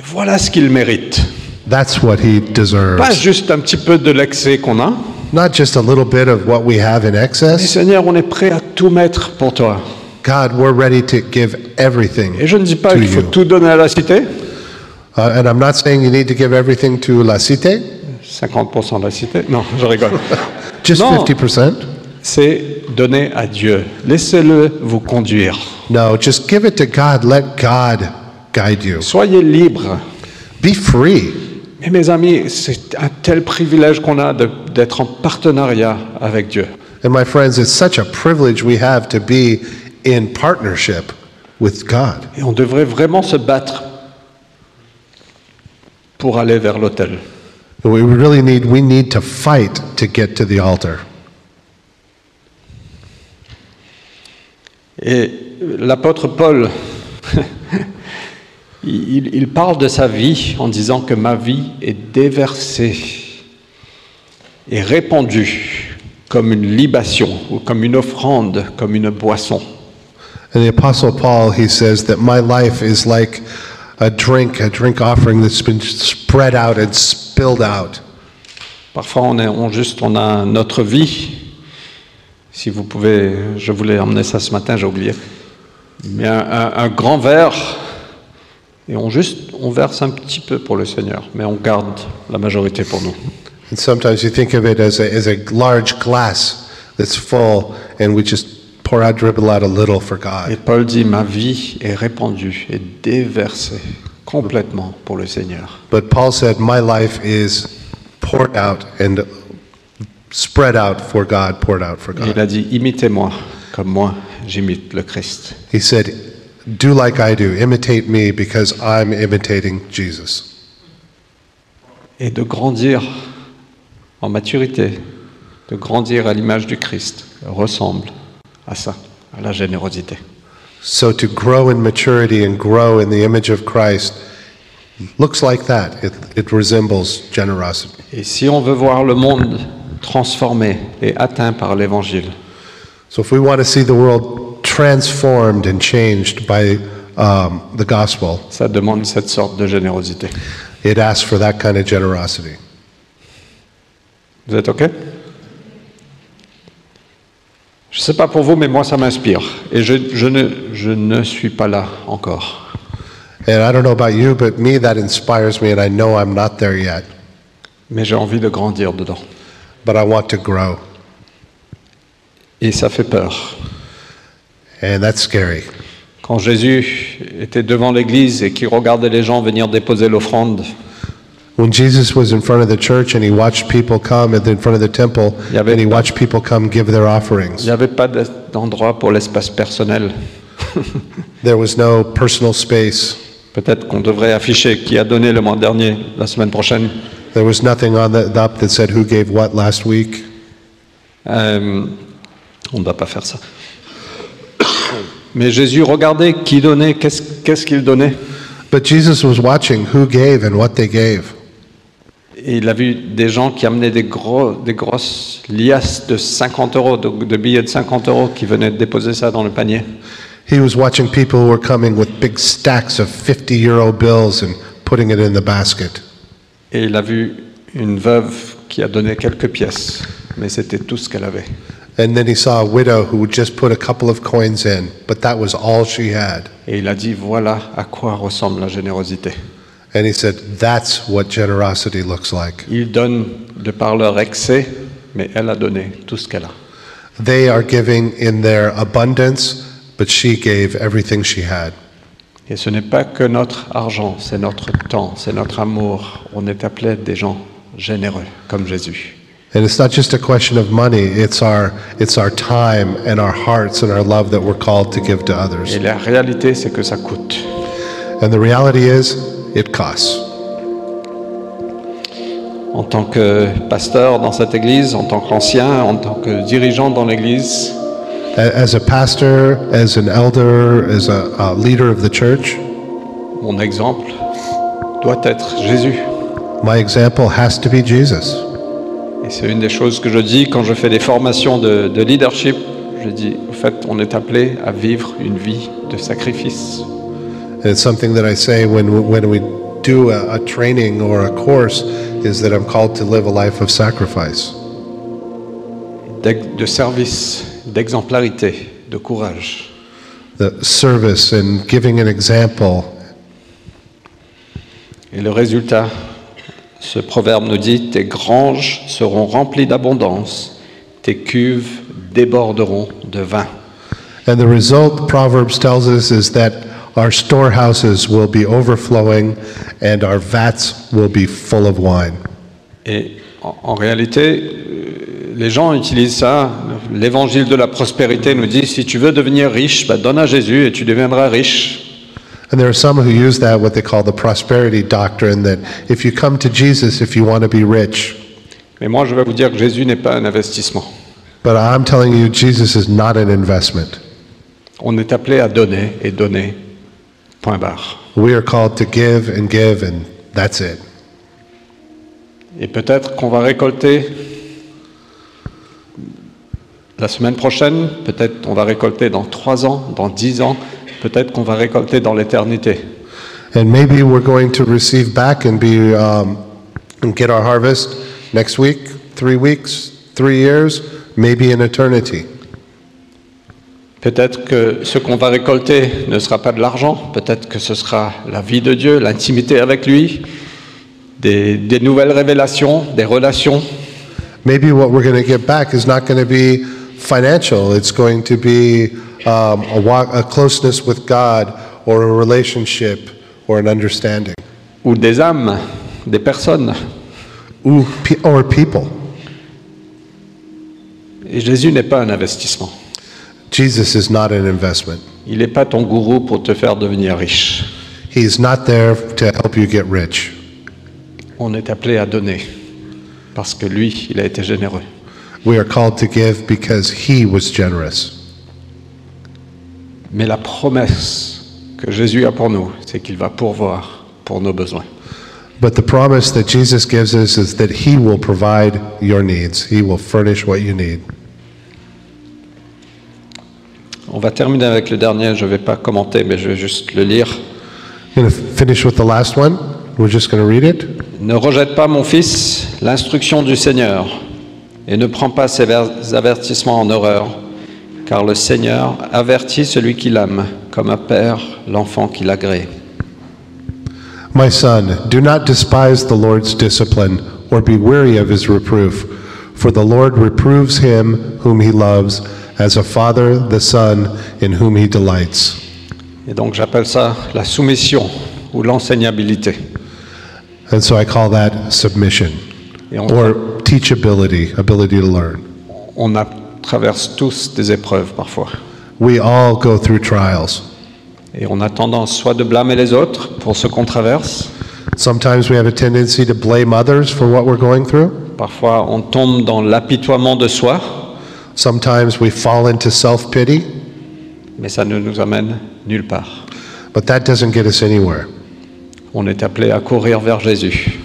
Voilà ce qu'il mérite. That's what he Pas deserves. juste un petit peu de l'excès qu'on a. Not just a little bit of what we have in Dis, excess. Seigneur, on est prêt à tout mettre pour toi. God, we're ready to give everything Et je ne dis pas to qu'il faut you. tout donner à la cité. Uh, and I'm not saying you need to give everything to La Cité, 50% de la cité. Non, je rigole. just Non. 50%. C'est donner à Dieu. Laissez-le vous conduire. No, just give it to God. Let God guide you. Soyez libres. Be free. Mais mes amis, c'est un tel privilège qu'on a de- d'être en partenariat avec Dieu. And my friends, it's such a privilege we have to be in partnership with God. Et on devrait vraiment se battre pour aller vers l'autel. We really need we need to fight to get to the altar. Et l'apôtre Paul, il, il parle de sa vie en disant que ma vie est déversée et répandue comme une libation ou comme une offrande, comme une boisson. And the apostle Paul he says that my life is like a drink, a drink offering that's been spread out and spilled out. Parfois, on, est, on juste, on a notre vie. Si vous pouvez, je voulais emmener ça ce matin, j'ai oublié. Mais un, un- un grand verre, et on juste, on verse un petit peu pour le Seigneur, mais on garde la majorité pour nous. And sometimes you think of it as a, as a large glass that's full, and we just pour out, dribble out a little for Et God. Paul dit, ma vie est répandue et déversée complètement pour le Seigneur. But Paul said, My life is poured out and spread out for God, poured out for Et God. il a dit, imitez-moi, comme moi, j'imite le Christ. He said, Do like I do, imitate me because I'm imitating Jesus. Et de grandir en maturité, de grandir à l'image du Christ, ressemble à ça, à la générosité. So to grow in maturity and grow in the image of Christ looks like that. It, it resembles generosity. Et si on veut voir le monde transformé et atteint par l'Évangile, So if we want to see the world transformed and changed by um, the gospel, ça demande cette sorte de générosité. it asks for that kind of generosity. Vous êtes OK Je ne sais pas pour vous, mais moi, ça m'inspire. Et je, je ne, je ne suis pas là encore. And I don't know about you, but me, that inspires me, and I know I'm not there yet, Mais j'ai envie de grandir dedans. but I want to grow. Et ça fait peur. And that's scary. Quand Jésus était devant l'église et qu'il regardait les gens venir déposer l'offrande, When Jesus was in front of the church and he watched people come and in front of the temple Yeah, but- and he watched people come give their il offerings, n'y avait pas d'endroit pour l'espace personnel. there was no personal space. Peut-être qu'on devrait afficher qui a donné le mois dernier, la semaine prochaine. There was nothing on the up that said who gave what last week. Euh, on ne doit pas faire ça. Mais Jésus regardait qui donnait, qu'est-ce qu'est-ce qu'il donnait. But Jesus was watching who gave and what they gave. Et il a vu des gens qui amenaient des, gros, des grosses liasses de 50 euros, de, de billets de 50 euros qui venaient déposer ça dans le panier. He was watching people who were coming with big stacks of 50 euro bills and putting it in the basket. Et il a vu une veuve qui a donné quelques pièces, mais c'était tout ce qu'elle avait. And then he saw a widow who just put a couple of coins in, but that was all she had. Et il a dit, voilà à quoi ressemble la générosité. And he said, That's what generosity looks like. Ils donnent de par leur excès, mais elle a donné tout ce qu'elle a. They are giving in their abundance, but she gave everything she had. Et ce n'est pas que notre argent, c'est notre temps, c'est notre amour. On est appelé des gens généreux, comme Jésus. And it's not just a question of money, it's our, it's our time and our hearts and our love that we're called to give to others. Et la réalité, c'est que ça coûte. And the reality is, it costs. En tant que pasteur dans cette église, en tant qu'ancien, en tant que dirigeant dans l'église, A- As a pastor, as an elder, as a, a leader of the church, mon exemple doit être Jésus. my example has to be Jesus. Et c'est une des choses que je dis quand je fais des formations de, de leadership. Je dis, au fait, on est appelé à vivre une vie de sacrifice. And it's something that I say when, when we do a, a training or a course is that I'm called to live a life of sacrifice, d'ex- de service, d'exemplarité, de courage. the service and giving an example. Et le résultat, ce proverbe nous dit, tes granges seront remplies d'abondance, tes cuves déborderont de vin. And the result, Proverbs tells us, is that our storehouses will be overflowing and our vats will be full of wine. Et en, en réalité, euh, les gens utilisent ça. L'évangile de la prospérité nous dit, si tu veux devenir riche, bah, donne à Jésus et tu deviendras riche. And there are some who use that, what they call the prosperity doctrine, that if you come to Jesus, if you want to be rich. Mais moi, je vais vous dire que Jésus n'est pas un investissement. But I'm telling you, Jesus is not an investment. On est appelé à donner et donner. Point barre. We are called to give and give, and that's it. Et peut-être qu'on va récolter la semaine prochaine, peut-être on va récolter dans trois ans, dans dix ans, peut-être qu'on va récolter dans l'éternité. And maybe we're going to receive back and be um, and get our harvest next week, three weeks, three years, maybe an eternity. Peut-être que ce qu'on va récolter ne sera pas de l'argent, peut-être que ce sera la vie de Dieu, l'intimité avec lui, des, des nouvelles révélations, des relations. Maybe what we're going to get back is not going to be financial. It's going to be um, a, wa- a closeness with God, or a relationship, or an understanding, ou des âmes, des personnes. Ooh. Pe- or people. Et Jésus n'est pas un investissement. Jesus is not an investment. Il n'est pas ton gourou pour te faire devenir riche. He's not there to help you get rich. On est appelé à donner parce que lui, il a été généreux. We are called to give because He was generous. Mais la promesse que Jésus a pour nous, c'est qu'il va pourvoir pour nos besoins. But the promise that Jesus gives us is that He will provide your needs, He will furnish what you need. On va terminer avec le dernier, je ne vais pas commenter, mais je vais juste le lire. I'm going to finish with the last one. We're just going to read it. Ne rejette pas, mon fils, l'instruction du Seigneur, et ne prends pas ses ver- avertissements en horreur, car le Seigneur avertit celui qui l'aime, comme un père l'enfant qu'il agrée. My son, do not despise the Lord's discipline or be weary of his reproof, for the Lord reproves him whom he loves, as a father the son in whom he delights. Et donc j'appelle ça la soumission ou l'enseignabilité. And so I call that submission Et on, or teachability, ability to learn. on a- traverse tous des épreuves parfois. We all go through trials. Et on a tendance soit de blâmer les autres pour ce qu'on traverse, Sometimes we have a tendency to blame others for what we're going through. parfois on tombe dans l'apitoiement de soi, Sometimes we fall into self pity, mais ça ne nous amène nulle part. but that doesn't get us anywhere. On est appelé à courir vers Jésus,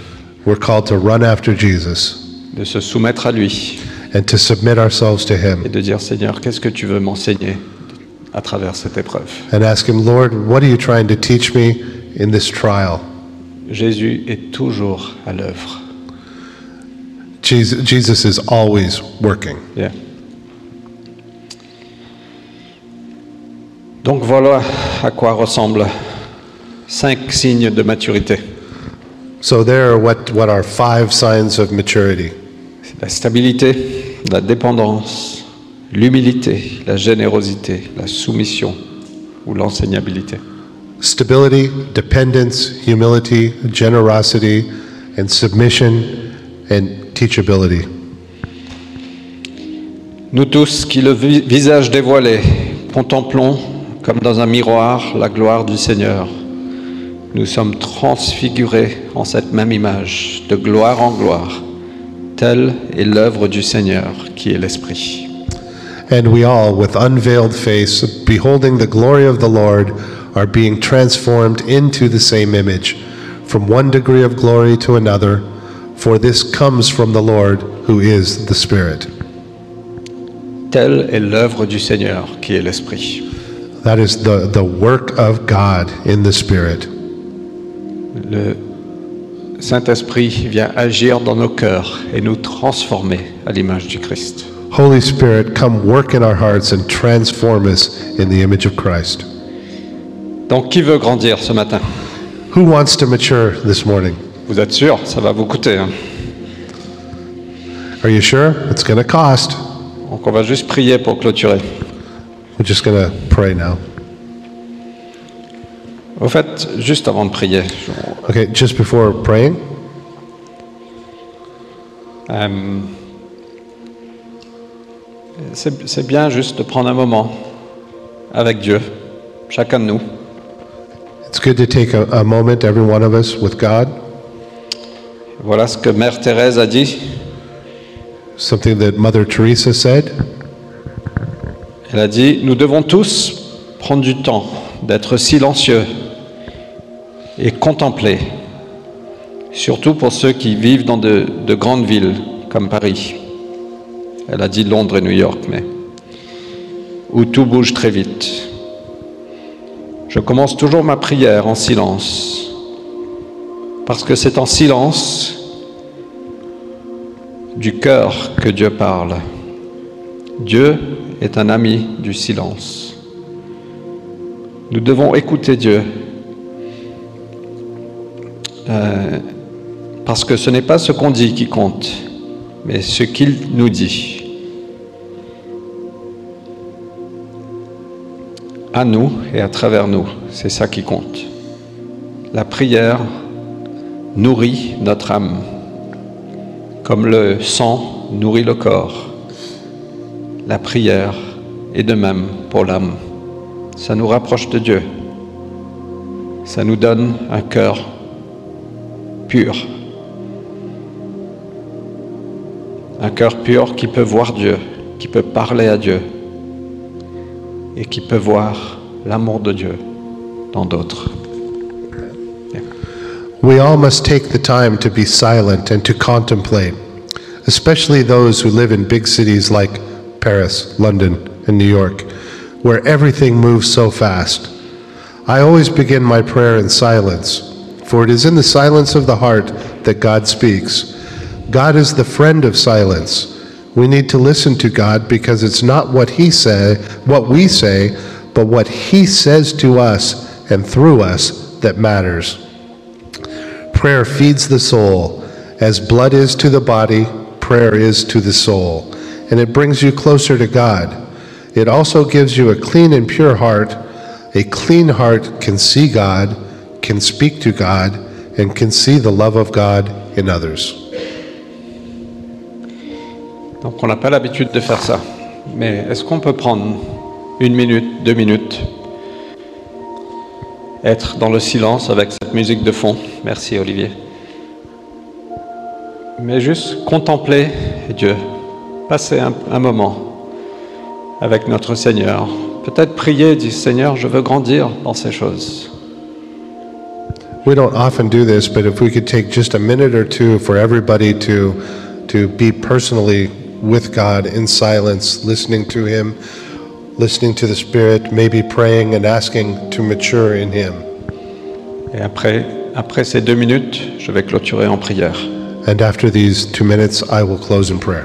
We're called to run after Jesus de se soumettre à lui and to submit ourselves to Him. et de dire Seigneur, qu'est-ce que tu veux m'enseigner à travers cette épreuve and ask him, Lord, what are you trying to teach me in this trial? Jésus est toujours à l'œuvre. Jesus, Jesus is always working. Bien. Donc voilà à quoi ressemblent cinq signes de maturité. So there are what, what are five signs of maturity. La stabilité, la dépendance, l'humilité, la générosité, la soumission ou l'enseignabilité. Stability, dependence, humility, generosity, and submission and teachability. Nous tous qui le vi- visage dévoilé contemplons comme dans un miroir la gloire du Seigneur. Nous sommes transfigurés en cette même image, de gloire en gloire. Telle est l'œuvre du Seigneur qui est l'Esprit. And we all, with unveiled face, beholding the glory of the Lord, are being transformed into the same image, from one degree of glory to another, for this comes from the Lord, who is the Spirit. Telle est l'œuvre du Seigneur qui est l'Esprit. That is the, the work of God in the Spirit. Le Saint-Esprit vient agir dans nos cœurs et nous transformer à l'image du Christ. Holy Spirit, come work in our hearts and transform us in the image of Christ. Donc qui veut grandir ce matin Who wants to mature this morning? Vous êtes sûr, ça va vous coûter. hein. Are you sure? It's going to cost. Donc on va juste prier pour clôturer. We're just going to pray now. Au fait, juste avant de prier, je- Okay, just before praying, euh, c'est c'est bien juste de prendre un moment avec Dieu, chacun de nous, it's good to take a, a moment, every one of us, with God. Voilà ce que Mère Thérèse a dit. Something that Mother Teresa said. Elle a dit, nous devons tous prendre du temps d'être silencieux et contempler, surtout pour ceux qui vivent dans de, de grandes villes comme Paris. Elle a dit Londres et New York, mais où tout bouge très vite. Je commence toujours ma prière en silence, parce que c'est en silence du cœur que Dieu parle. Dieu est un ami du silence. Nous devons écouter Dieu. Euh, parce que ce n'est pas ce qu'on dit qui compte, mais ce qu'il nous dit. À nous et à travers nous, c'est ça qui compte. La prière nourrit notre âme, comme le sang nourrit le corps la prière et de même pour l'âme. Ça nous rapproche de Dieu. Ça nous donne un cœur pur. Un cœur pur qui peut voir Dieu, qui peut parler à Dieu et qui peut voir l'amour de Dieu dans d'autres. We all must take the time to be silent and to contemplate, especially those who live in big cities like Paris, London, and New York, where everything moves so fast. I always begin my prayer in silence, for it is in the silence of the heart that God speaks. God is the friend of silence. We need to listen to God because it's not what he say, what we say, but what he says to us and through us that matters. Prayer feeds the soul. As blood is to the body, prayer is to the soul. And it brings you closer to God. It also gives you a clean and pure heart. A clean heart can see God, can speak to God, and can see the love of God in others. Donc on n'a pas l'habitude de faire ça. Mais est-ce qu'on peut prendre une minute, deux minutes, être dans le silence avec cette musique de fond Merci Olivier. Mais juste contempler Dieu, passer un, un moment avec notre Seigneur. Peut-être prier, dire Seigneur, je veux grandir dans ces choses. We don't often do this, but if we could take just a minute or two for everybody to, to be personally with God in silence, listening to Him, listening to the Spirit, maybe praying and asking to mature in Him. Et après, après ces deux minutes, je vais clôturer en prière. And after these two minutes, I will close in prayer.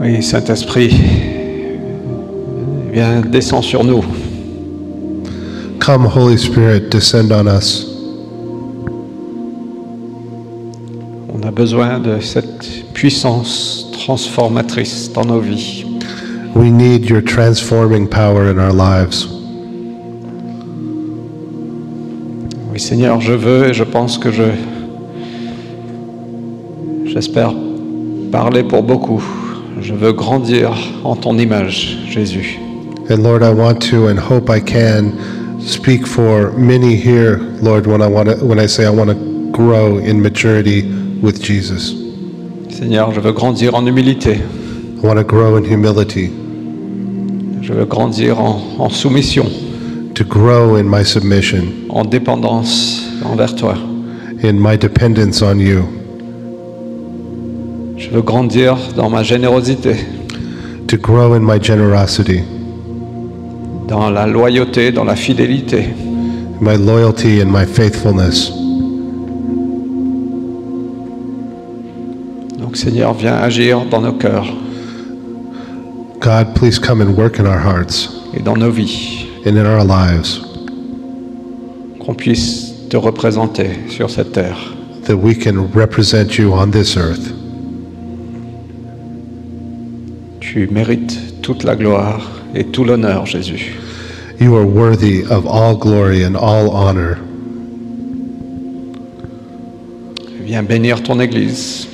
Oui, Saint-Esprit, viens, descends sur nous. Come, Holy Spirit, descend on us. On a besoin de cette puissance transformatrice dans nos vies. We need your transforming power in our lives. Oui, Seigneur, je veux et je pense que je. J'espère parler pour beaucoup. Je veux grandir en ton image, Jésus. And Lord, I want to and hope I can speak for many here, Lord, when I want to, when I say I want to grow in maturity with Jesus. Seigneur, je veux grandir en humilité. I want to grow in humility, Je veux grandir en, en soumission, to grow in my submission, en dépendance envers toi. in my dependence on you, Je veux grandir dans ma générosité, to grow in my generosity, dans la loyauté, dans la fidélité. my loyalty and my faithfulness. Donc Seigneur, viens agir dans nos cœurs God, please come and work in our hearts et dans nos vies, and in our lives qu'on puisse te représenter sur cette terre. that we can represent you on this earth. Tu mérites toute la gloire et tout l'honneur, Jésus. You are worthy of all glory and all honor. Viens bénir ton Église,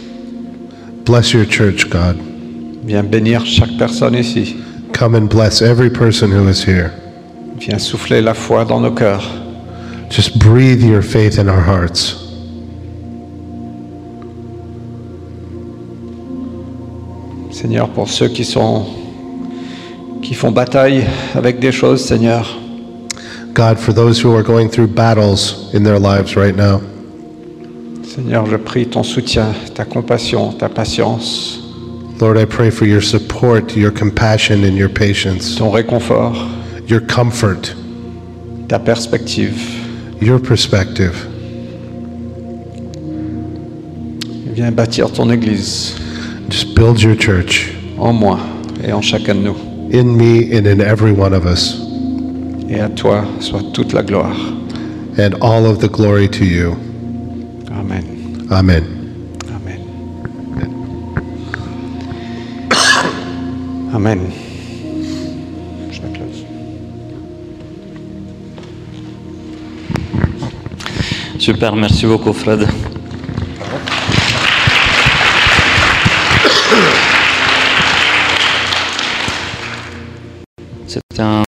Bless your church, God. viens bénir chaque personne ici, Come and bless every person who is here. viens souffler la foi dans nos cœurs, Just breathe your faith in our hearts. Seigneur, pour ceux qui sont qui font bataille avec des choses, Seigneur, God, for those who are going through battles in their lives right now, Seigneur, je prie ton soutien, ta compassion, ta patience, Lord, I pray for your support, your compassion, and your patience, ton réconfort, your comfort, ta perspective. your perspective. Viens bâtir ton église Just build your church en moi et en chacun de nous. in me and in every one of us, Et à toi soit toute la gloire. and all of the glory to you. Amen. Amen. Amen. Amen. Je la close. Super, merci beaucoup Fred. C'était un